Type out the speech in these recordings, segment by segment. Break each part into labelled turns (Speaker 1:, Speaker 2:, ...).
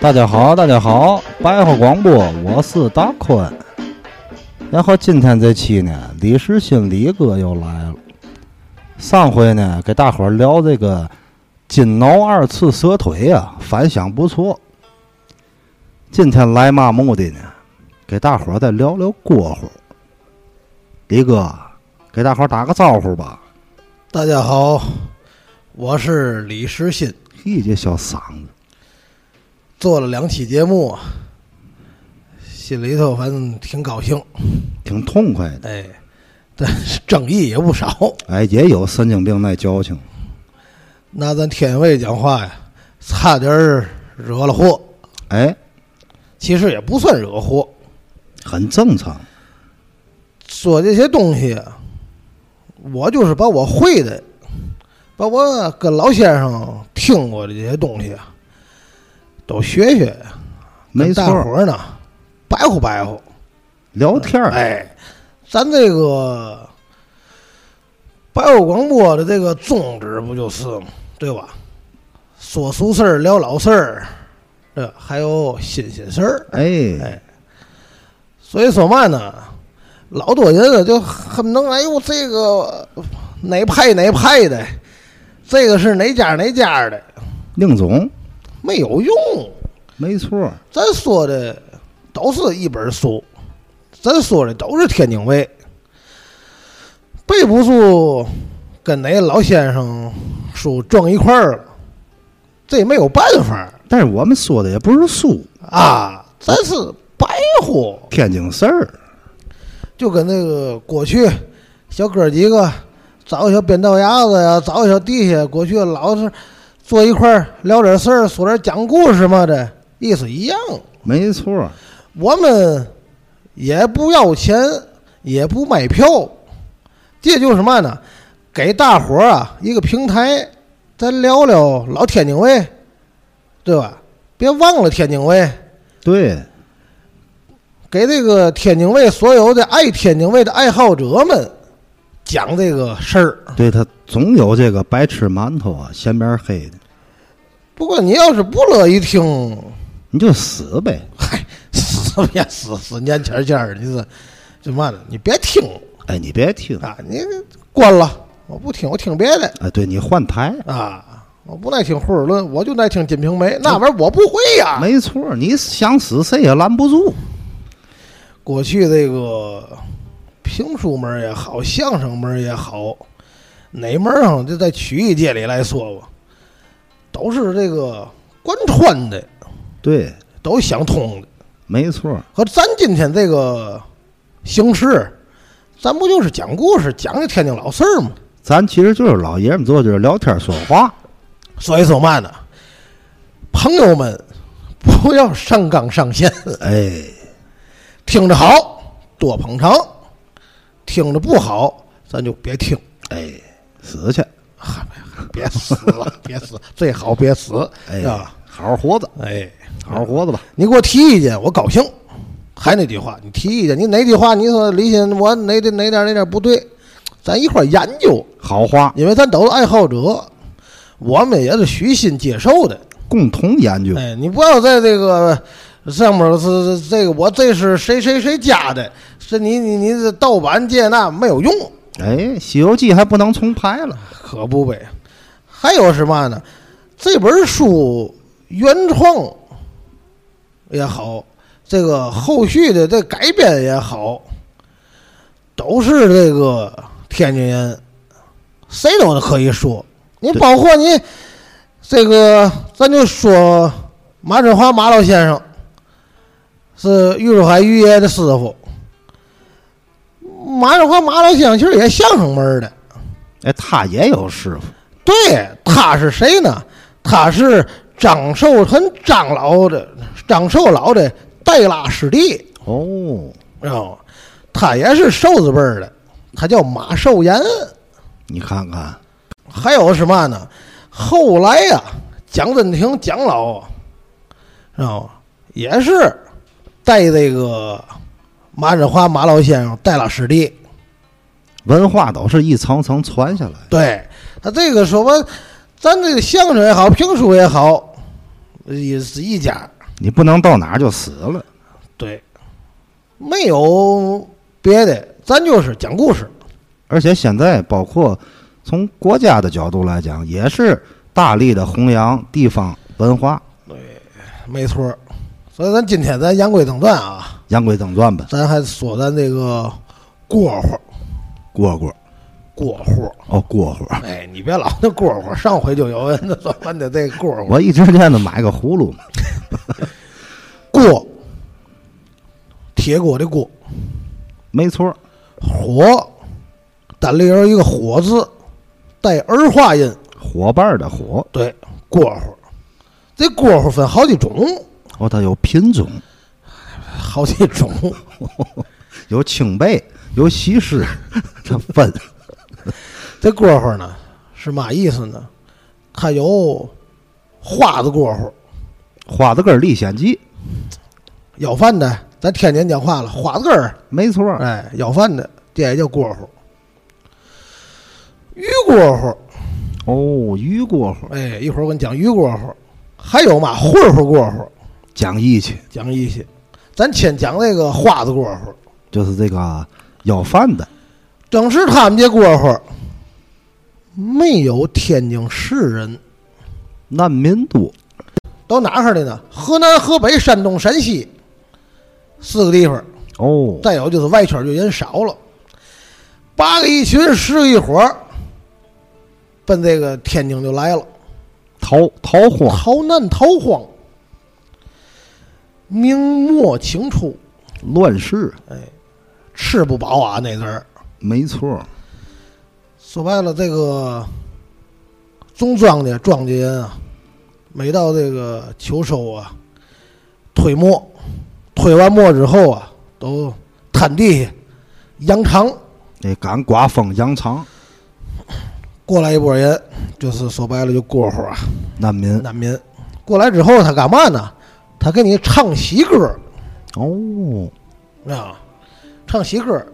Speaker 1: 大家好，大家好，白话广播，我是大坤。然后今天这期呢，李时新李哥又来了。上回呢，给大伙儿聊这个金挠二次蛇腿啊，反响不错。今天来嘛目的呢？给大伙儿再聊聊锅火。李哥，给大伙儿打个招呼吧。
Speaker 2: 大家好，我是李时新，
Speaker 1: 嘿，这小嗓子，
Speaker 2: 做了两期节目，心里头反正挺高兴，
Speaker 1: 挺痛快的。
Speaker 2: 哎，但是争议也不少。
Speaker 1: 哎，也有神经病耐矫情。
Speaker 2: 拿咱天津卫讲话呀，差点儿惹了祸，
Speaker 1: 哎，
Speaker 2: 其实也不算惹祸。
Speaker 1: 很正常。
Speaker 2: 说这些东西啊，我就是把我会的，把我跟老先生听过的这些东西啊，都学学，
Speaker 1: 没
Speaker 2: 跟
Speaker 1: 错
Speaker 2: 大
Speaker 1: 儿，
Speaker 2: 伙儿呢白活白活。
Speaker 1: 聊天儿，
Speaker 2: 哎，咱这个白话广播的这个宗旨不就是吗？对吧？说俗事儿，聊老事儿，对吧，还有新鲜事儿。
Speaker 1: 哎，
Speaker 2: 哎，所以说嘛呢，老多人啊就恨不能哎呦这个哪派哪派的，这个是哪家哪家的，
Speaker 1: 宁总，
Speaker 2: 没有用。
Speaker 1: 没错儿，
Speaker 2: 咱说的都是一本书，咱说的都是天津卫，背不住跟哪老先生书撞一块儿了，这没有办法
Speaker 1: 但是我们说的也不是书，
Speaker 2: 啊，咱是白活，
Speaker 1: 天津事儿。
Speaker 2: 就跟那个过去小哥几个找个小扁豆芽子呀，找个小地下，过去老是坐一块儿聊点事儿，说点讲故事嘛的意思一样。
Speaker 1: 没错儿，
Speaker 2: 我们也不要钱，也不买票，这就是嘛呢？给大伙儿啊一个平台，咱聊聊老天津卫，对吧？别忘了天津卫，
Speaker 1: 对，
Speaker 2: 给这个天津卫所有的爱天津卫的爱好者们讲这个事儿。
Speaker 1: 对他总有这个白吃馒头啊，咸面黑的，
Speaker 2: 不过你要是不乐意听，
Speaker 1: 你就死呗。
Speaker 2: 嗨，死别死死年前前儿，你是就嘛呢？你别听
Speaker 1: 哎，你别听，
Speaker 2: 啊，你关了，我不听，我听别的。
Speaker 1: 哎，对你换台，
Speaker 2: 啊，我不爱听胡尔论，我就爱听《金瓶梅》，那玩意儿我不会呀、
Speaker 1: 没错儿，你想死谁也拦不住。
Speaker 2: 过去这个评书门儿也好，相声门儿也好，哪门儿上就在曲艺界里来说吧，都是这个贯穿的，
Speaker 1: 对，
Speaker 2: 都想通的。
Speaker 1: 没错儿，
Speaker 2: 和咱今天这个形式，咱不就是讲故事，讲的天津老事儿吗？
Speaker 1: 咱其实就是老爷们做，就是聊天说话。
Speaker 2: 所以说嘛呢，朋友们不要上纲上线。
Speaker 1: 哎，
Speaker 2: 听着好多捧场，听着不好咱就别听，
Speaker 1: 哎，死去，
Speaker 2: 别死了， 别死，最好别死，
Speaker 1: 哎
Speaker 2: 是吧？，
Speaker 1: 好好活着，
Speaker 2: 哎，
Speaker 1: 好好活着吧。
Speaker 2: 你给我提意见，我高兴。还那句话，你提意见，你哪句话？你说李鑫，我哪点哪点哪点不对，咱一块儿研究，
Speaker 1: 好话
Speaker 2: 因为咱都是爱好者，我们也是虚心接受的。
Speaker 1: 共同研究。
Speaker 2: 哎，你不要在这个上面是是这个，我这是谁谁谁家的，是你你你这盗版借那没有用。
Speaker 1: 哎，《西游记》还不能重拍了。
Speaker 2: 可不呗。还有是嘛呢？这本书原创也好，这个后续的这改编也好，都是这个天津人，谁都可以说。你
Speaker 1: 对
Speaker 2: 包括你这个，咱就说马振华马老先生是玉树海玉爷的师傅。马振华马老先生其实也相声门儿的，
Speaker 1: 哎，他也有师傅。
Speaker 2: 对，他是谁呢？他是张寿臣张老的张寿老的带拉师弟，
Speaker 1: 哦，
Speaker 2: 知道吗？他也是寿字辈儿的，他叫马寿岩。
Speaker 1: 你看看，
Speaker 2: 还有是嘛呢？后来呀、蒋振廷蒋老啊，知道吗？也是带这个马振华马老先生带拉师弟，
Speaker 1: 文化都是一层层传下来。
Speaker 2: 对他这个说吧，咱这个相声也好，评书也好，也是一家。
Speaker 1: 你不能到哪儿就死了。
Speaker 2: 对，没有别的，咱就是讲故事。
Speaker 1: 而且现在，包括从国家的角度来讲，也是大力的弘扬地方文化，
Speaker 2: 没错儿，所以咱今天咱言归正传啊，
Speaker 1: 言归正传吧。
Speaker 2: 咱还说咱这个蝈蝈，
Speaker 1: 蝈蝈，
Speaker 2: 蝈蝈。
Speaker 1: 哦，蝈蝈，
Speaker 2: 哎，你别老那蝈蝈，上回就有人说问的这蝈蝈，
Speaker 1: 我一直见他买个葫芦嘛。
Speaker 2: 蝈，铁锅的锅，
Speaker 1: 没错儿，
Speaker 2: 火，单立人一个火字，带儿化音，
Speaker 1: 伙伴儿的伙。
Speaker 2: 对，蝈蝈。这蝈蝈分好几种，
Speaker 1: 哦，它有品种，
Speaker 2: 好几种。
Speaker 1: 有青贝，有西施，它分。
Speaker 2: 这蝈蝈呢是嘛意思呢？它有花子蝈蝈，
Speaker 1: 花子根儿历险记，
Speaker 2: 要饭的，咱天津讲话了，花子根儿，
Speaker 1: 没错儿。
Speaker 2: 哎，要饭的，这也叫蝈蝈。鱼蝈蝈，
Speaker 1: 哦，鱼蝈蝈
Speaker 2: 哎，一会儿我跟你讲鱼蝈蝈，还有嘛混混蝈蝈，
Speaker 1: 讲义气，
Speaker 2: 讲一些。咱先讲那个花子蝈蝈，
Speaker 1: 就是这个要饭的。
Speaker 2: 当时他们这蝈蝈没有天津市人，
Speaker 1: 难民多，
Speaker 2: 到哪儿的呢？河南、河北、山东、山西四个地方。
Speaker 1: 哦，
Speaker 2: 再有就是外圈就人少了，八个一群，十个一伙儿，奔这个天津就来了，
Speaker 1: 逃逃荒，
Speaker 2: 逃难逃荒。明末清初，
Speaker 1: 乱世，
Speaker 2: 吃不饱啊，那阵儿
Speaker 1: 没错儿。
Speaker 2: 说白了，这个种庄稼庄稼人啊，每到这个秋收啊，推磨，推完磨之后啊，都摊地下扬长。
Speaker 1: 那赶刮风扬长，
Speaker 2: 过来一拨人，就是说白了就过户啊，
Speaker 1: 难民
Speaker 2: 难民。过来之后他干嘛呢？他给你唱喜歌
Speaker 1: 哦，
Speaker 2: 啊，唱喜歌，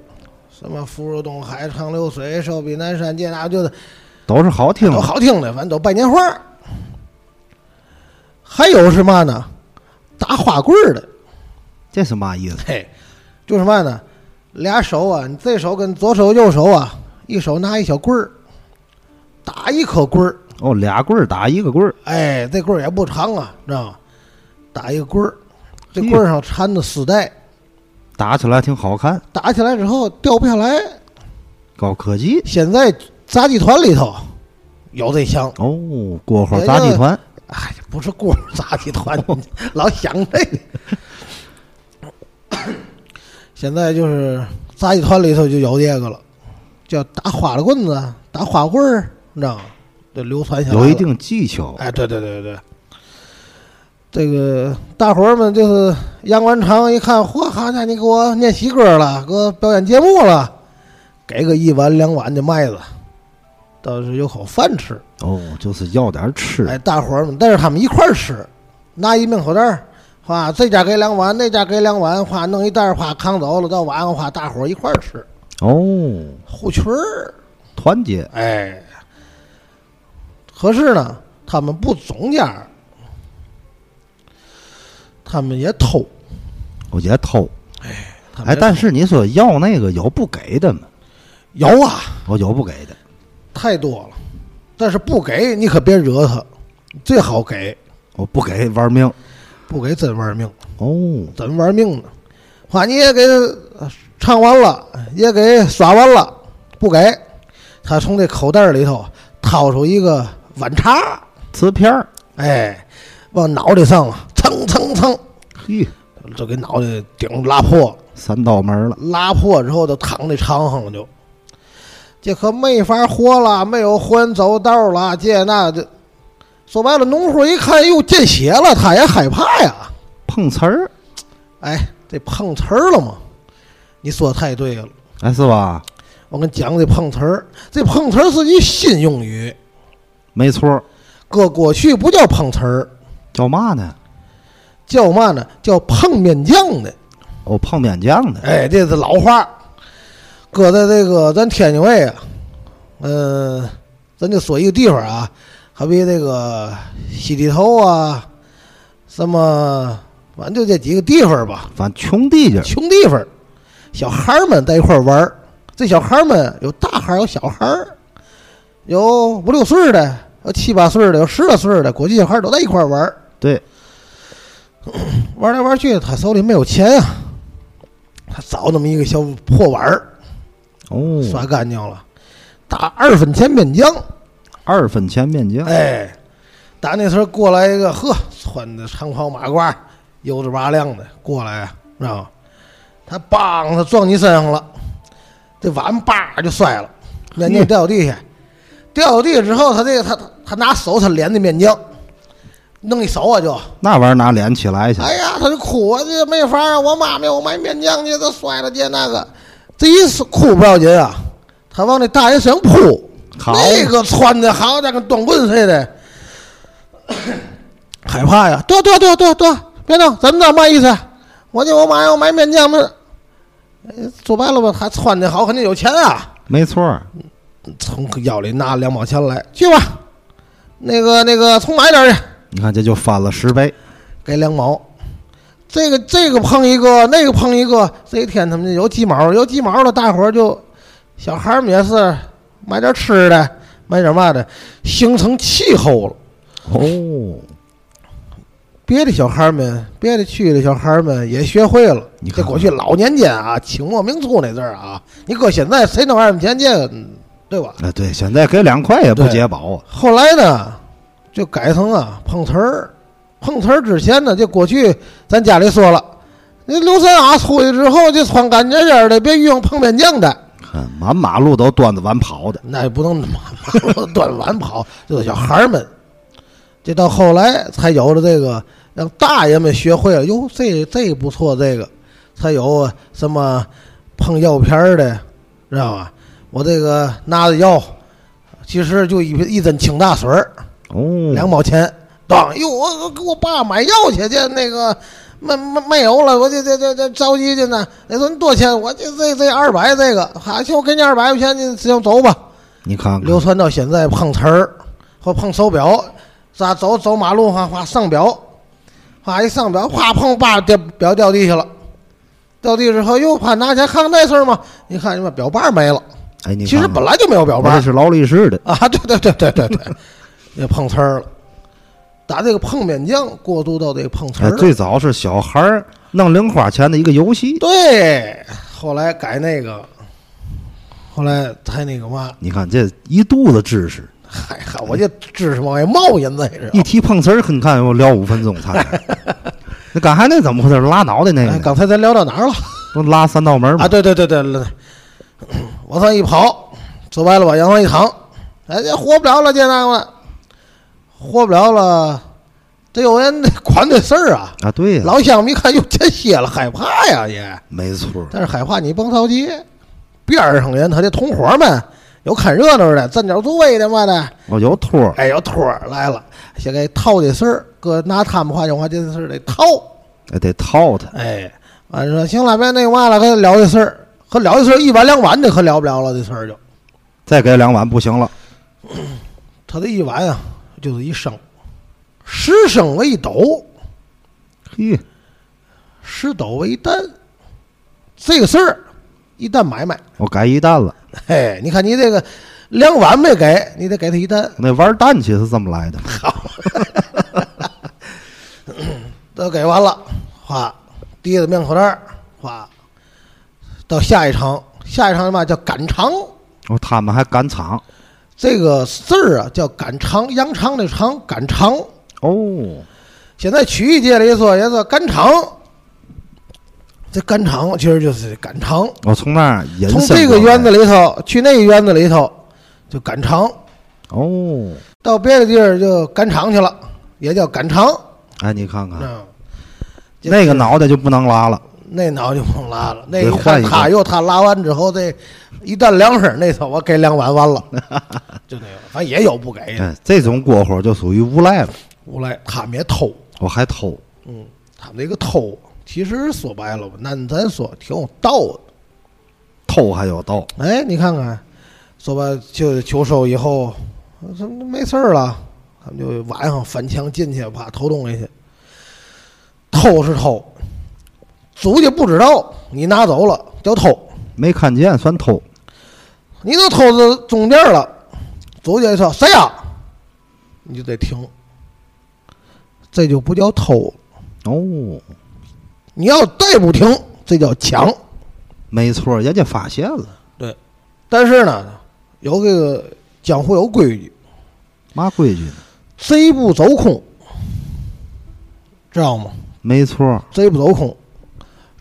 Speaker 2: 什么“福如东海长流水，寿比南山见”，那就是
Speaker 1: 都是好听
Speaker 2: 都好听的，反正都拜年花儿。还有是嘛呢？打花棍儿的，
Speaker 1: 这是嘛意思？
Speaker 2: 嘿，就是嘛呢？俩手啊，你这手跟左手右手啊，一手拿一小棍儿，打一颗棍儿，
Speaker 1: 哦，俩棍儿打一个棍儿，
Speaker 2: 哎，这棍儿也不长啊，知道吗？打一个棍儿，这棍儿上缠着丝带，
Speaker 1: 打起来挺好看，
Speaker 2: 打起来之后掉不下来。
Speaker 1: 高科技
Speaker 2: 现在杂技团里头有这项，
Speaker 1: 哦，蝈蝈杂技团，
Speaker 2: 哎，不是蝈蝈杂 技团，老想这个。现在就是杂技团里头就有这个了，叫打花了棍子、打花棍儿，你知道吗？这流传下来了
Speaker 1: 有一定技巧，
Speaker 2: 哎，对对对对对，这个大伙儿们就是杨官长一看，嚯，好家伙，你给我念喜歌了，给我表演节目了，给个一碗两碗的麦子，倒是有口饭吃。
Speaker 1: 哦，就是要点吃，
Speaker 2: 哎，大伙儿们带着他们一块儿吃，拿一命口袋儿，哗，这家给两碗，那家给两碗，哗，弄一袋儿，哗，扛走了，到晚上哗，大伙儿一块儿吃，
Speaker 1: 哦，
Speaker 2: 护群儿。
Speaker 1: 团结，
Speaker 2: 哎，可是呢，他们不总家儿，他们也偷，
Speaker 1: 我也偷，
Speaker 2: 他们
Speaker 1: 哎，
Speaker 2: 也
Speaker 1: 但是你说要那个有不给的吗？
Speaker 2: 有啊，
Speaker 1: 哦，有不给的，
Speaker 2: 太多了。但是不给你可别惹他，最好给，
Speaker 1: 我不给玩命，
Speaker 2: 不给真玩命，
Speaker 1: 哦，
Speaker 2: 真玩命呢。话你也给呃唱完了，也给耍完了，不给，他从这口袋里头掏出一个碗茶，
Speaker 1: 瓷片儿，
Speaker 2: 哎，往脑袋上啊蹭蹭蹭，
Speaker 1: 嘿，
Speaker 2: 就给脑袋顶拉破了。
Speaker 1: 三道门了，
Speaker 2: 拉破之后就躺在床上了就，这可没法活了，没有还走道了，这那的。说白了，农户一看，哟，见血了，他也害怕呀。
Speaker 1: 碰瓷儿，
Speaker 2: 哎，这碰瓷儿了吗？你说太对了，
Speaker 1: 哎，是吧？
Speaker 2: 我跟你讲这碰瓷儿，这碰瓷儿是一新用语，
Speaker 1: 没错儿，
Speaker 2: 搁过去不叫碰瓷儿，
Speaker 1: 叫嘛呢？
Speaker 2: 叫嘛呢？叫碰面酱的。
Speaker 1: 哦，碰面酱的，
Speaker 2: 哎，这是老话儿，搁在这个咱天津卫啊，嗯、咱就说一个地方啊，好比这个西堤头啊，什么反正就这几个地方吧，
Speaker 1: 反正穷地界儿，
Speaker 2: 穷地方，小孩儿们在一块儿玩儿。这小孩儿们有大孩儿，有小孩儿，有五六岁儿的，有七八岁儿的，有十来岁儿的，国际小孩儿都在一块儿玩儿。
Speaker 1: 对，
Speaker 2: 玩来玩去，他手里没有钱啊，他找那么一个小破碗儿，
Speaker 1: 哦，
Speaker 2: 刷干净了，打二分钱面浆。
Speaker 1: 二分钱面浆，
Speaker 2: 哎，打那时候过来一个，呵，穿的长袍马褂，油子拔亮的过来啊，知道吗？他梆，他撞你身上了，这碗叭就摔了，面
Speaker 1: 嘿
Speaker 2: 浆掉地下，掉到地下之后，他这个他他他拿手他连的面浆，弄一手啊就。
Speaker 1: 那玩意儿拿脸起来去，
Speaker 2: 哎呀，他就哭，我这没法啊，我妈没我买面酱去，他摔了这那个，这一哭不要紧啊，他往那大人身上扑，
Speaker 1: 好
Speaker 2: 那个穿的好像跟短棍似的， 害怕呀，对对对对对，别弄，怎么着嘛意思？我这我妈要买面酱嘛，哎说白了吧，他穿的好，肯定有钱啊。
Speaker 1: 没错儿，
Speaker 2: 从腰里拿两毛钱来，去吧，那个那个重买点儿去。
Speaker 1: 你看这就翻了十倍，
Speaker 2: 给两毛。这个这个碰一个，那个碰一个，这一天他们就有鸡毛，有鸡毛了，大伙儿就小孩儿们也是买点吃的，买点嘛的，形成气候了。
Speaker 1: 哦，
Speaker 2: 别的小孩儿们，别的区的小孩儿们也学会了。
Speaker 1: 你看
Speaker 2: 这过去老年间啊，清末民初那阵儿啊，你搁现在谁弄二毛钱去，嗯对吧？
Speaker 1: 啊对，现在给两块也不解饱啊，
Speaker 2: 后来呢，就改成啊碰瓷儿。碰瓷儿之前呢，就过去咱家里说了，那刘三啊出去之后就穿干净点儿的，别遇上碰面酱的，
Speaker 1: 看满马路都端着碗跑的，
Speaker 2: 那也不能马马路端碗跑， 就是小孩儿们。这到后来才有了这个，让大爷们学会了，哟，这这不错，这个才有啊什么碰药片儿的，知道吧？我这个拿着药，其实就一一针清大水儿。
Speaker 1: 哦，
Speaker 2: 两毛钱，当哟，我我给我爸买药去去，那个没没没有了，我这这这这着急去呢。那说你多少钱？我这这这二百这个，好，行，我给你二百块钱，你行走吧。
Speaker 1: 你看看
Speaker 2: 流，传到现在碰瓷儿和碰手表，咱走走马路上哗上表，哗一上表哗碰把掉表掉地下了，掉地之后又怕拿钱看看这事儿嘛，你看你把表把没了，
Speaker 1: 哎，你
Speaker 2: 其实
Speaker 1: 看看
Speaker 2: 本来就没有表
Speaker 1: 我
Speaker 2: 把
Speaker 1: 这。是劳力士的，
Speaker 2: 啊，对对对对对对， 也碰瓷儿了，打这个碰面酱过渡到这个碰瓷
Speaker 1: 哎
Speaker 2: 儿，了，
Speaker 1: 最早是小孩儿弄零花钱的一个游戏，
Speaker 2: 对，后来改那个，后来才那个嘛，
Speaker 1: 你看这一肚子知识，
Speaker 2: 嗨，嗨我就知识往外冒人这是啊
Speaker 1: 一。提碰瓷儿，你看我聊五分 钟才。那刚才那怎么回事？拉脑袋那个
Speaker 2: 哎，
Speaker 1: 呢，
Speaker 2: 刚才咱聊到哪儿了？
Speaker 1: 不拉三道门吗？
Speaker 2: 啊，对对对对对， 往上一跑，说白了吧，往上一躺，哎，这活不了了，这那个了，活不了了，得有人管这事儿啊。
Speaker 1: 啊，对呀，
Speaker 2: 老乡们一看，哟，这些了，害怕呀也。
Speaker 1: 没错儿，
Speaker 2: 但是害怕你甭着急，边儿上人他这同伙们有看热闹的，站脚座位的嘛的，
Speaker 1: 我哦有托儿，
Speaker 2: 哎，有托儿来了，先给套这事儿，哥拿他们话讲话，这事儿得套，
Speaker 1: 哎得套他，
Speaker 2: 哎，完了说行了，别那个嘛了，跟他聊这事儿，和聊这事儿一碗两碗的，可聊不了了，这事儿就
Speaker 1: 再给两碗不行了，
Speaker 2: 他这一碗啊，就是一升，十升为一斗，
Speaker 1: 嘿，
Speaker 2: 十斗为一担，这个事儿一担买卖，
Speaker 1: 我改一蛋了。
Speaker 2: 哎，你看你这个两碗没给，你得给他一担。
Speaker 1: 那玩蛋去是这么来的，
Speaker 2: 都给完了，哗，提着面口袋儿，哗，到下一场，下一场什么叫赶场？
Speaker 1: 哦，他们还赶场
Speaker 2: 这个字儿啊叫赶场，扬长的长，赶场。
Speaker 1: 哦，
Speaker 2: 现在曲艺界里说也是赶场，这赶场其实就是赶场，
Speaker 1: 我从那儿引
Speaker 2: 从
Speaker 1: 申
Speaker 2: 这个
Speaker 1: 过来
Speaker 2: 园子里头去那个园子里头就赶场，
Speaker 1: 哦，
Speaker 2: 到别的地儿就赶场去了，也叫赶场。
Speaker 1: 哎，你看看
Speaker 2: 嗯，这
Speaker 1: 那个
Speaker 2: 是
Speaker 1: 脑袋就不能拉了，
Speaker 2: 那脑就甭拉了，那
Speaker 1: 得
Speaker 2: 一
Speaker 1: 换
Speaker 2: 看
Speaker 1: 一个
Speaker 2: 他又他拉完之后，这一担粮食那头我给两 碗完了，就那个，反正也有不给的，
Speaker 1: 哎，这种过活就属于无赖了，
Speaker 2: 无赖他们也偷，
Speaker 1: 我还偷，
Speaker 2: 嗯，他们这个偷，其实说白了吧，那咱说挺有道的，
Speaker 1: 偷还有道，
Speaker 2: 哎，你看看，说白就求收以后，怎么没事儿了，他们就晚上翻墙进去，怕偷东西去，偷是偷，主家不知道你拿走了叫偷，
Speaker 1: 没看见算偷。
Speaker 2: 你都偷到中间了，主家说谁呀、你就得停，这就不叫偷，
Speaker 1: 哦，
Speaker 2: 你要再不停，这叫抢。
Speaker 1: 没错，人家发现了，
Speaker 2: 但是呢，有这个江湖有规矩，
Speaker 1: 嘛规矩呢？
Speaker 2: 贼不走空，知道吗？
Speaker 1: 没错，
Speaker 2: 贼不走空，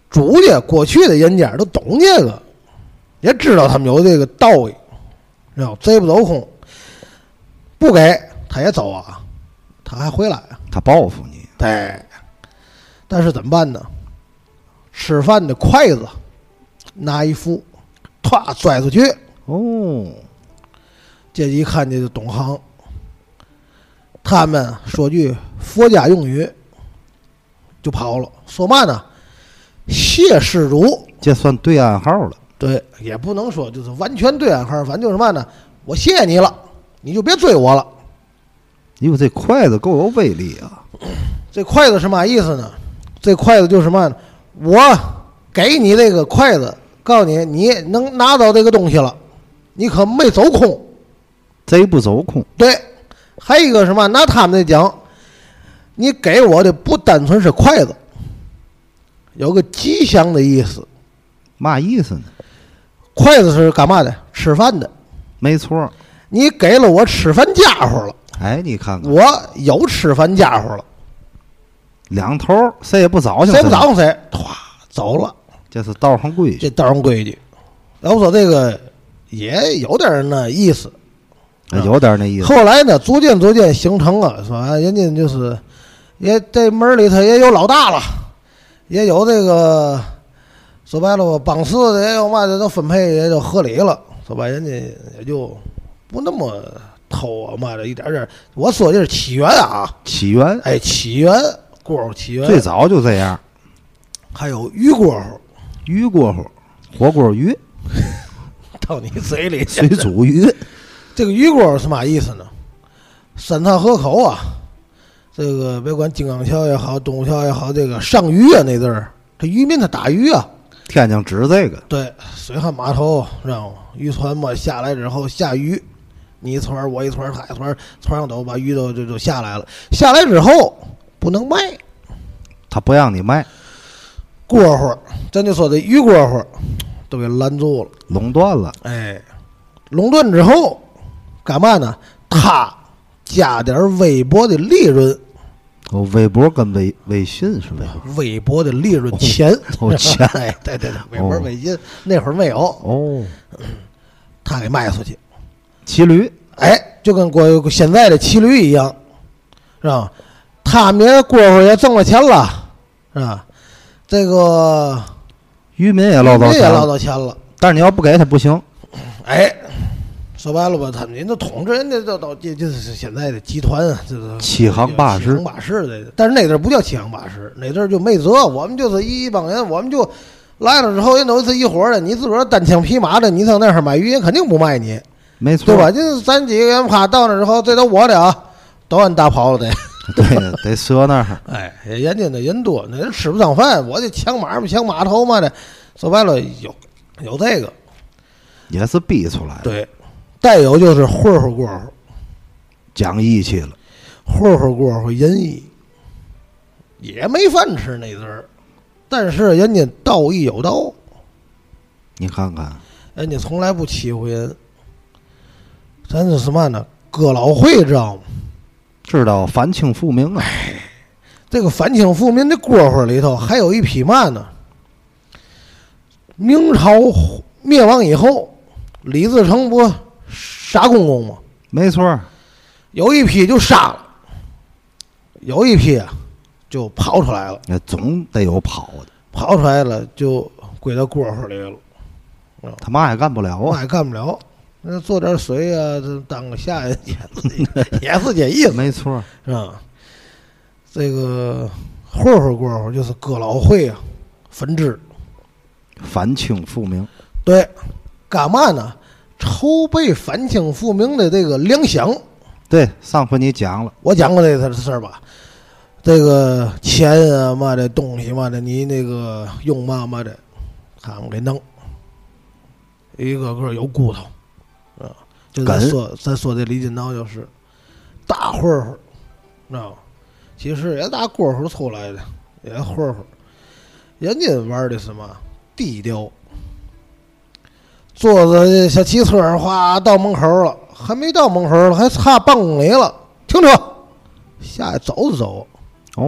Speaker 2: 主家过去的人家都懂这个，也知道他们有这个道义，知道贼不走空，不给他也走啊，他还回来啊。
Speaker 1: 他报复你，
Speaker 2: 对，但是怎么办呢？吃饭的筷子拿一副，唰拽出去，
Speaker 1: 哦，
Speaker 2: 这一看这就懂行。他们说句佛家用语，就跑了。说嘛呢？谢施主，
Speaker 1: 这算对暗号了。
Speaker 2: 对，也不能说就是完全对暗号，反正就是嘛呢？我谢谢你了，你就别追我了。
Speaker 1: 哟，这筷子够有威力啊！
Speaker 2: 这筷子是嘛意思呢？这筷子就是什么呢？我给你这个筷子，告诉你，你能拿到这个东西了，你可没走空。
Speaker 1: 贼不走空，
Speaker 2: 对，还有一个什么？拿他们来讲，你给我的不单纯是筷子，有个吉祥的意思。
Speaker 1: 嘛意思呢？
Speaker 2: 筷子是干嘛的？吃饭的。
Speaker 1: 没错，
Speaker 2: 你给了我吃饭家伙了，
Speaker 1: 哎，你看看，
Speaker 2: 我有吃饭家伙了，
Speaker 1: 两头儿谁也不找去，
Speaker 2: 谁不找谁，唰走了。
Speaker 1: 这是道上规矩。
Speaker 2: 这道上规矩。然后说这个也有点儿那意思。
Speaker 1: 哎有点那意思。
Speaker 2: 后来呢，逐渐逐渐形成了，说啊人家就是也这门儿里头也有老大了，也有这个说白了吧，帮事的也有嘛的都分配也就合理了，说白人家也就不那么偷啊嘛的，一点点儿。我说这是起源啊，
Speaker 1: 起源
Speaker 2: 哎，起源锅儿起源，
Speaker 1: 最早就这样，
Speaker 2: 还有鱼锅儿
Speaker 1: 鱼锅火，火锅鱼，
Speaker 2: 到你嘴里去
Speaker 1: 水。煮鱼，
Speaker 2: 这个鱼锅是嘛意思呢？三岔河口啊，这个别管金刚桥也好，东湖桥也好，这个上鱼啊那阵儿，这渔民他打鱼啊，
Speaker 1: 天津指这个
Speaker 2: 对，水旱码头让渔船嘛下来之后下鱼，你一船儿我一船儿他一船儿，船上都把鱼都就就下来了，下来之后不能卖，
Speaker 1: 他不让你卖，
Speaker 2: 过会儿咱就说这鱼过会儿都给拦住了，
Speaker 1: 垄断了，
Speaker 2: 哎，垄断之后干嘛呢？他加点儿微薄的利润。
Speaker 1: 哦，微博跟微微信是微博。
Speaker 2: 微薄的利润钱，
Speaker 1: 哦钱
Speaker 2: 哎，对对对，微
Speaker 1: 哦
Speaker 2: 博微信那会儿没有，
Speaker 1: 哦，
Speaker 2: 他给卖出去，
Speaker 1: 骑驴
Speaker 2: 哎，就跟过现在的骑驴一样，是吧？他们也过会儿也挣了钱了，是吧？这个
Speaker 1: 渔民也捞到
Speaker 2: 人
Speaker 1: 钱
Speaker 2: 也捞
Speaker 1: 了，
Speaker 2: 到钱了，
Speaker 1: 但是你要不给他不行。
Speaker 2: 哎，说白了吧，他们人都统治人家都都这就是现在的集团啊，这都
Speaker 1: 欺行霸市
Speaker 2: 欺行霸市的。但是那阵儿不叫欺行霸市，那阵儿就没辙，我们就是一帮人，我们就来了之后，人都是一伙儿的。你自个儿单枪匹马的，你上那儿买鱼，人肯定不卖你，
Speaker 1: 没错，
Speaker 2: 对吧？？就是咱几个人啪到那儿之后，这都我的啊，都按大炮了得。
Speaker 1: 对，得折那儿。
Speaker 2: 哎，人家那人多，那人吃不上饭，我这抢买卖、抢码头嘛的，说白了有有这个，
Speaker 1: 也是逼出来的，
Speaker 2: 对。再有就是混混过户。
Speaker 1: 讲义气了，
Speaker 2: 混混过混仁义，也没饭吃那阵儿，但是人家道义有道，
Speaker 1: 你看看，
Speaker 2: 人家从来不欺负人。咱这是嘛呢？哥老会知道吗？
Speaker 1: 知道反清复明啊，
Speaker 2: 这个反清复明的过会儿里头，还有一匹嘛呢？明朝灭亡以后，李自成不杀公公吗？
Speaker 1: 没错儿，
Speaker 2: 有一批就杀了，有一批啊就跑出来了。
Speaker 1: 那总得有跑的，
Speaker 2: 跑出来了就归到锅火里了，
Speaker 1: 他嘛也干不了
Speaker 2: 嘛
Speaker 1: 啊，
Speaker 2: 也干不了。那做点水啊，这当个下人也是也是这意思，
Speaker 1: 没错儿，
Speaker 2: 是吧？这个混混锅火就是哥老会啊，分支
Speaker 1: 反清复明，
Speaker 2: 对，干嘛呢？筹备反清复明的这个粮饷，
Speaker 1: 对，上回你讲了，
Speaker 2: 我讲过这个事儿吧？这个钱啊嘛的东西嘛的，你那个用嘛嘛的，他们给弄，一个个有骨头，啊，就咱
Speaker 1: 梗
Speaker 2: 说咱说这李金刀就是大混混儿，知道吗？其实也大混混儿出来的，也混混儿，人家玩的是嘛低调。坐着小汽车儿哗到门口儿了，还没到门口儿了，还差半公里了，停车，下去走就走，
Speaker 1: 哦，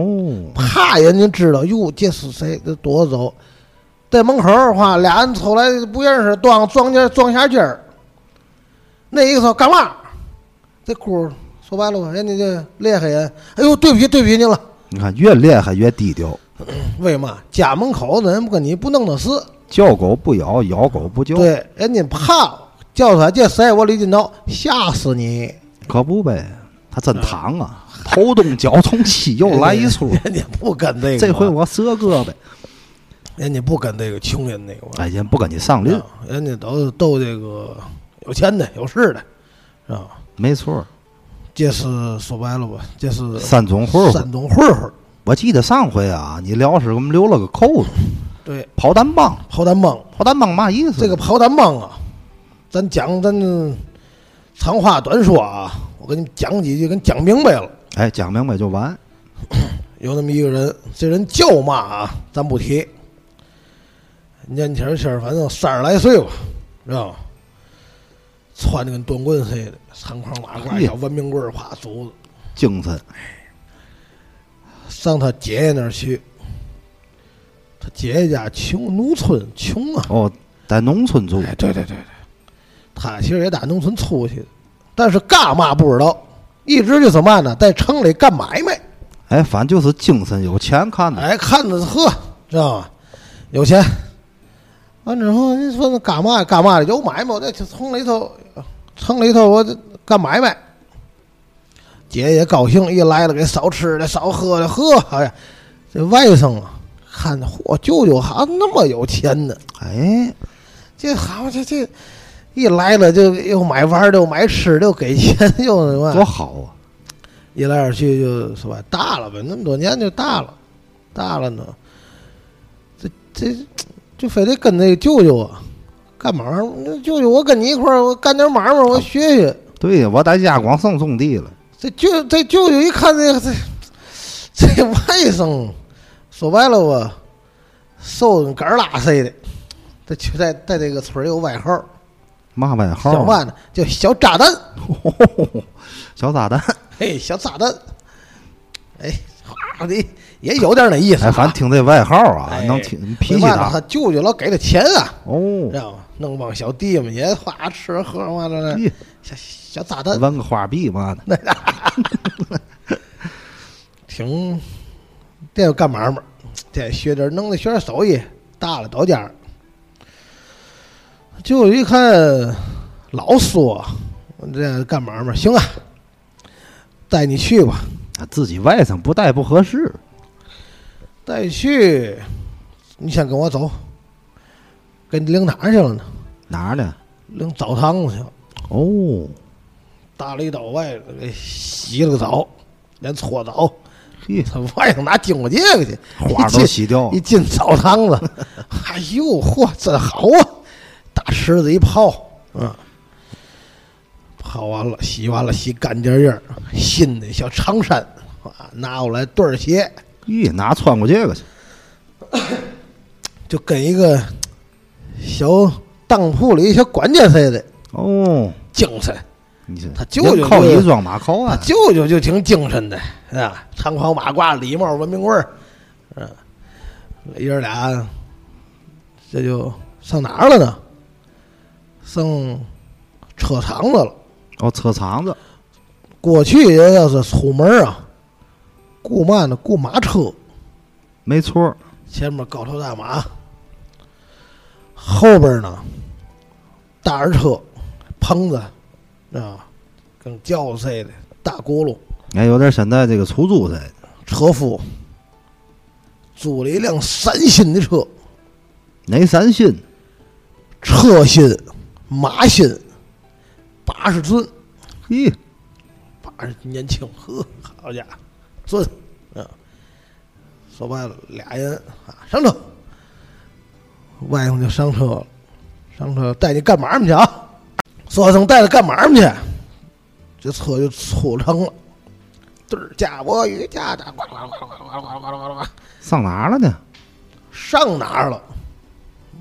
Speaker 2: 怕人家知道哟，这是谁，这躲着走。在门口儿的话，俩人出来不认识，撞撞见撞下尖儿。那一个说干嘛？这姑儿说白了吧，人家这厉害人，哎呦，对不起，对不起您了。
Speaker 1: 你看越厉害越低调，
Speaker 2: 为嘛？家门口的人不跟你不弄的事，
Speaker 1: 叫狗不咬，咬狗不叫，
Speaker 2: 对，人家怕叫出来这谁，我李金刀吓死你。
Speaker 1: 可不呗？他真躺啊，头东脚从西又来一 出，
Speaker 2: 人家不跟这个，啊
Speaker 1: 这回我折胳膊，
Speaker 2: 人家不跟这个穷人那个玩 儿
Speaker 1: 哎，人不跟你上
Speaker 2: 知道
Speaker 1: 邻
Speaker 2: 吗，人家都是斗这个有钱的、有势的，是吧？
Speaker 1: 没错，
Speaker 2: 这是说白了吧，这是
Speaker 1: 三种混混。
Speaker 2: 山东混混儿，
Speaker 1: 我记得上回啊，你聊时给我们留了个扣子，
Speaker 2: 对，
Speaker 1: 跑单帮，
Speaker 2: 炮弹帮
Speaker 1: 跑单帮嘛意思？
Speaker 2: 这个炮弹帮啊，咱讲咱长话短说啊，我给你们讲几句，给你讲明白了。
Speaker 1: 哎，讲明白就完。
Speaker 2: 有那么一个人，这人叫嘛啊，咱不提。年轻轻儿，反正三十来岁吧，知道吧？穿的跟短棍似的，长袍马褂，
Speaker 1: 嘿
Speaker 2: 小文明棍儿，啪走着
Speaker 1: 精神，
Speaker 2: 上他姐姐那儿去。他姐姐家穷，农村穷啊。
Speaker 1: 哦，在农村住，
Speaker 2: 哎，对对对对，他其实也打农村出去的，但是干嘛不知道，一直就是嘛呢，在城里干买卖。
Speaker 1: 哎，反正就是精神有钱看的，
Speaker 2: 哎，看着呵，知道吗？有钱。完之后，你说那干嘛干嘛的？有买卖，我在城里头，城里头我这干买卖。姐也高兴，一来了给少吃的少喝的，呵，哎呀，这外甥啊，看着嚯，舅舅还那么有钱呢，
Speaker 1: 哎，
Speaker 2: 这好这这一来了就又买玩儿的，又买吃的，又给钱，又什么？
Speaker 1: 多好啊！
Speaker 2: 一来二去就是吧，大了呗，那么多年就大了，大了呢，这这就非得跟那舅舅啊，干嘛？那舅舅，我跟你一块儿，我干点买卖，我学学。
Speaker 1: 对呀，我在家光剩种地了，
Speaker 2: 这舅这舅舅一看这这这外甥，说白了吧，瘦跟杆儿拉似的，这就在在这个村儿有外号儿，
Speaker 1: 嘛外号
Speaker 2: 叫
Speaker 1: 啊？
Speaker 2: 嘛呢？叫小炸弹。
Speaker 1: 小炸弹，
Speaker 2: 嘿，小炸弹，哎，哗的也有点那意思、啊。
Speaker 1: 哎，反正听这外号啊，
Speaker 2: 哎
Speaker 1: 能听脾气
Speaker 2: 没办法
Speaker 1: 大
Speaker 2: 他舅舅老给他钱啊，
Speaker 1: 哦
Speaker 2: 知，道吗？弄帮小弟们也哗吃喝嘛的呢，
Speaker 1: 咦
Speaker 2: 小小炸弹
Speaker 1: 哎纹个花臂嘛的，
Speaker 2: 挺，这又干买卖，这也学点弄的学点手艺，大了到家儿。舅舅一看，老说我这干买卖行啊，带你去吧，
Speaker 1: 啊自己外甥不带不合适，
Speaker 2: 带你去，你先跟我走，给你领哪儿去了呢？
Speaker 1: 哪儿呢？
Speaker 2: 领澡堂子去了。
Speaker 1: 哦，
Speaker 2: 大了一岛外给洗了个澡，连搓澡，
Speaker 1: 嘿，
Speaker 2: 他外头拿经过这个去，
Speaker 1: 花
Speaker 2: 一
Speaker 1: 都
Speaker 2: 进
Speaker 1: 洗 掉
Speaker 2: 一，进澡堂子，哎呦嚯，真好啊！大池子一泡，嗯，泡完了，洗完了，洗干净净儿，新的小长衫啊，拿过来对儿鞋，
Speaker 1: 咦，哪穿过这个去？
Speaker 2: 就跟一个小当铺里小管家似的，
Speaker 1: 哦，
Speaker 2: 精神。
Speaker 1: 你这
Speaker 2: 他舅舅
Speaker 1: 人靠
Speaker 2: 就
Speaker 1: 一装马靠
Speaker 2: 他
Speaker 1: 啊，
Speaker 2: 舅舅就挺精神的啊，长袍马褂、礼帽、文明棍儿，嗯、爷儿俩这就上哪儿了呢？上车厂子了。
Speaker 1: 哦，车厂子，
Speaker 2: 过去人要是出门啊，雇嘛呢？雇马车，
Speaker 1: 没错儿，
Speaker 2: 前面高头大马，后边呢大二车、棚子啊，跟轿子似的，大轱辘。
Speaker 1: 哎，有点现在这个出租似的，
Speaker 2: 车夫租了一辆三新的车，
Speaker 1: 哪三新？
Speaker 2: 车新、马新，八十吨，
Speaker 1: 咦，
Speaker 2: 八十年轻，呵，好家伙，吨啊！说白了俩人啊，上车。外头就上车了，上车带你干嘛去啊？说声带他干嘛去？这车就出城了，嘚儿驾我雨驾驾，呱啦呱啦呱啦呱啦呱啦呱啦呱啦呱啦，
Speaker 1: 上哪儿了呢？
Speaker 2: 上哪儿了？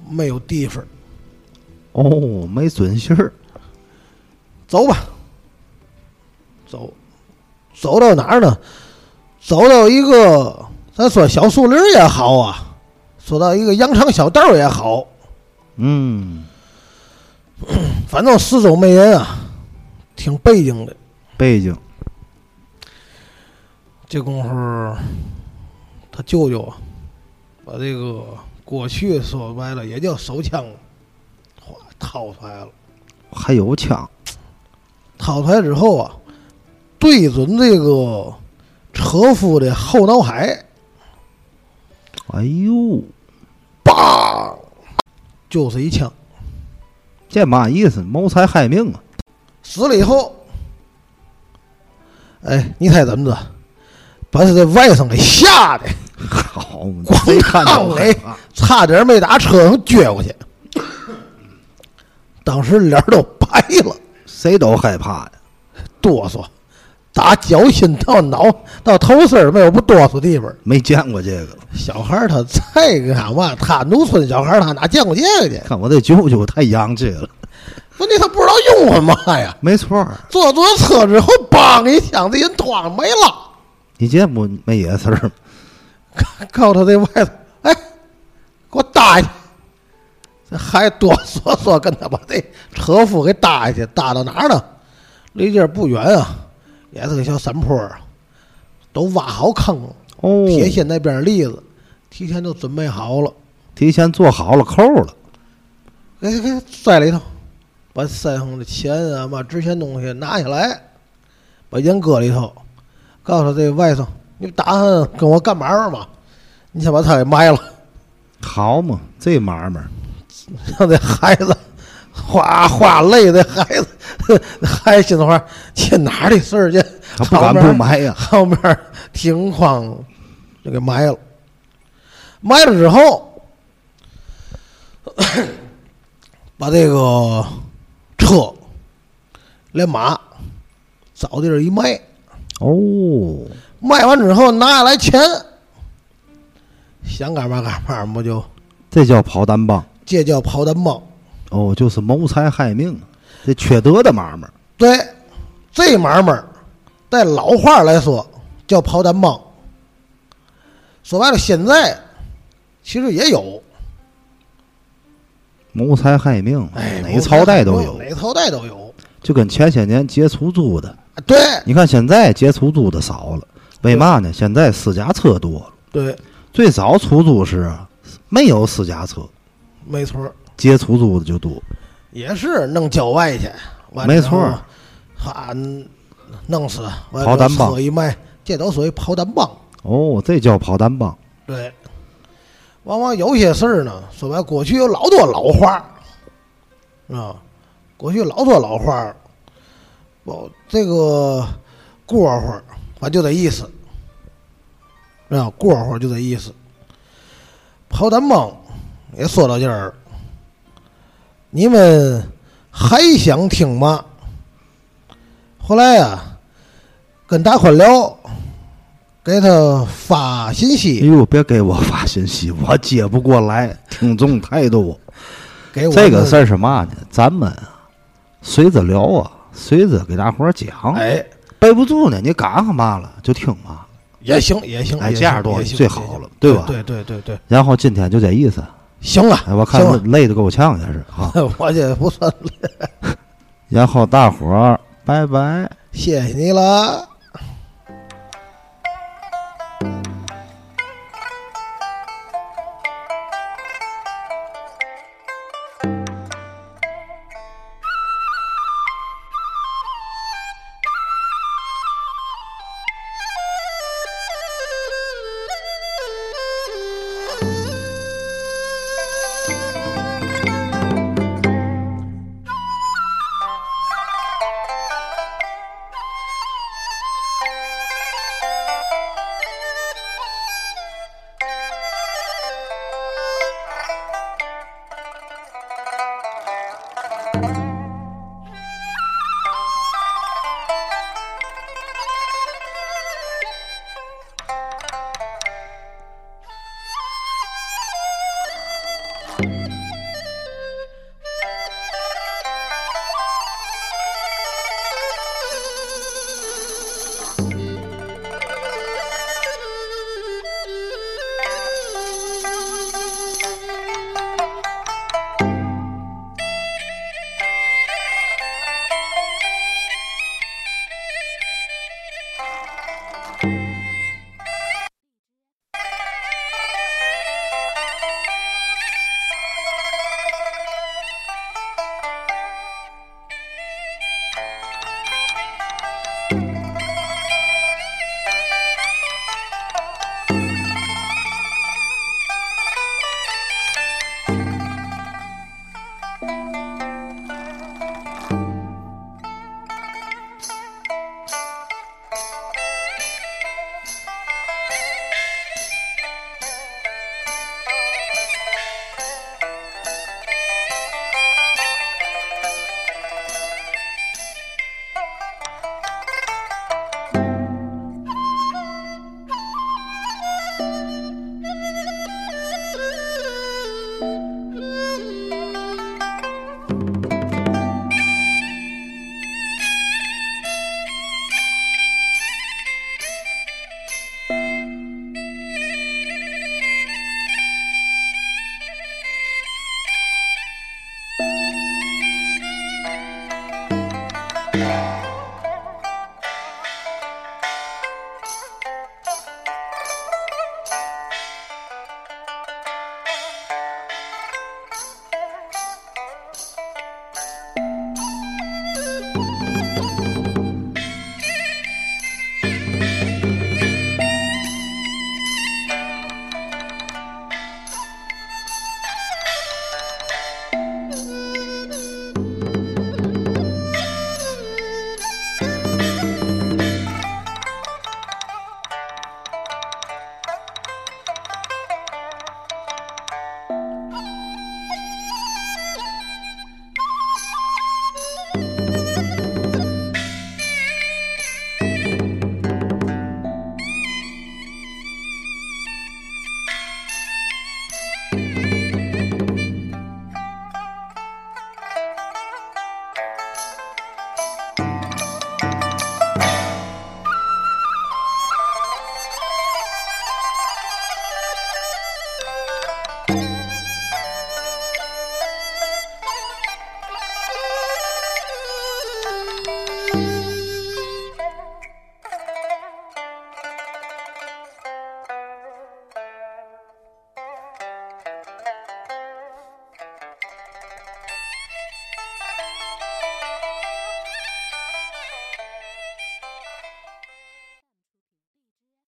Speaker 2: 没有地方，
Speaker 1: 哦，没准信儿，
Speaker 2: 走吧，走，走到哪儿呢？走到一个，咱说小树林儿也好啊，说到一个羊肠小道儿也好，
Speaker 1: 嗯，
Speaker 2: 反正四周没人啊，挺背景的。
Speaker 1: 背景，
Speaker 2: 这功夫儿，他舅舅啊，把这个过去说白了也叫手枪，哗掏出来了。
Speaker 1: 还有枪，
Speaker 2: 掏出来之后啊，对准这个车夫的后脑海，
Speaker 1: 哎呦，
Speaker 2: 梆，就是一枪。
Speaker 1: 这嘛意思？谋财害命啊！
Speaker 2: 死了以后，哎，你猜怎么着？把他这外甥给吓得
Speaker 1: 好，
Speaker 2: 咣当哎，差点没打车上撅过去，当时脸儿都白了，
Speaker 1: 谁都害怕呀。
Speaker 2: 哆嗦，打脚心到脑到头丝儿没有不哆嗦地方。
Speaker 1: 没见过这个，
Speaker 2: 小孩儿他再干嘛？他农村小孩儿他哪见过这个去？
Speaker 1: 看我这舅舅太洋气了。
Speaker 2: 问题他不知道用我嘛 呀？
Speaker 1: 没错儿，
Speaker 2: 坐坐车之后，梆一枪，这人咣没了。
Speaker 1: 你这不没野事儿吗？
Speaker 2: 告诉他这外头，哎，给我搭下去。这还哆嗦嗦，跟他把这车夫给搭下去，搭到哪儿呢？离这儿不远啊，也是个小山坡儿啊，都挖好坑了，
Speaker 1: 哦
Speaker 2: 铁锨那边栗子，提前都准备好了，
Speaker 1: 提前做好了扣了，
Speaker 2: 给给给塞里头，把塞上的钱啊嘛值钱东西拿下来，把烟搁里头，告诉这外甥，你打算跟我干嘛玩嘛？你先把他给埋了。
Speaker 1: 好嘛，这买卖儿
Speaker 2: 让这孩子哗哗累的孩子， 孩子心里话，这哪儿的事儿去？
Speaker 1: 他不敢不埋呀。
Speaker 2: 后面停矿就给埋了。埋了之后， 把这个车连马找地儿一卖，
Speaker 1: 哦，
Speaker 2: 卖完之后拿下来钱，想干嘛干嘛不就
Speaker 1: 这叫跑单帮
Speaker 2: 这叫跑单帮。
Speaker 1: 哦，就是谋财害命，这缺德的买卖儿。
Speaker 2: 对，这买卖儿，在老话来说叫跑单帮。说白了，现在其实也有，
Speaker 1: 谋财害命，
Speaker 2: 哎，
Speaker 1: 哪个朝代都有
Speaker 2: 哪，个朝代都有。
Speaker 1: 就跟前些年劫出租的，
Speaker 2: 啊对
Speaker 1: 你看现在劫出租的少了，为嘛呢？现在私家车多了，
Speaker 2: 对，
Speaker 1: 最早出租时啊没有私家车，
Speaker 2: 没错儿，
Speaker 1: 劫出租的就多。
Speaker 2: 也是弄郊外去，完
Speaker 1: 没错儿
Speaker 2: 了之后，哈，弄死，完了
Speaker 1: 跑单帮
Speaker 2: 车一卖，这都属于跑单帮。
Speaker 1: 哦，这叫跑单帮。
Speaker 2: 对，往往有些事儿呢，说白了，过去有老多老话儿啊，过去老多老话儿，我这个过会儿，反正就这意思啊，过会儿就这意思。跑单帮也说到这儿，你们还想听吗？后来呀、跟大宽聊，给他发信息
Speaker 1: 哎，呦，别给我发信息，我接不过 来，听众太多。
Speaker 2: 给哎我
Speaker 1: 这个
Speaker 2: 们
Speaker 1: 事儿是嘛呢？咱们啊，随着聊啊，随着给大伙儿讲，
Speaker 2: 哎，
Speaker 1: 背不住呢，你赶上嘛了就听嘛。
Speaker 2: 也行，也行，
Speaker 1: 哎
Speaker 2: 也行
Speaker 1: 这样多
Speaker 2: 也行
Speaker 1: 最好了
Speaker 2: 也
Speaker 1: 对
Speaker 2: 行
Speaker 1: 吧
Speaker 2: 对对对对，
Speaker 1: 然后今天就这意思，
Speaker 2: 行了，
Speaker 1: 哎，我看
Speaker 2: 行了
Speaker 1: 累得够呛也是 啊。
Speaker 2: 我这不算，
Speaker 1: 然后大伙儿拜拜。
Speaker 2: 谢谢你了。啊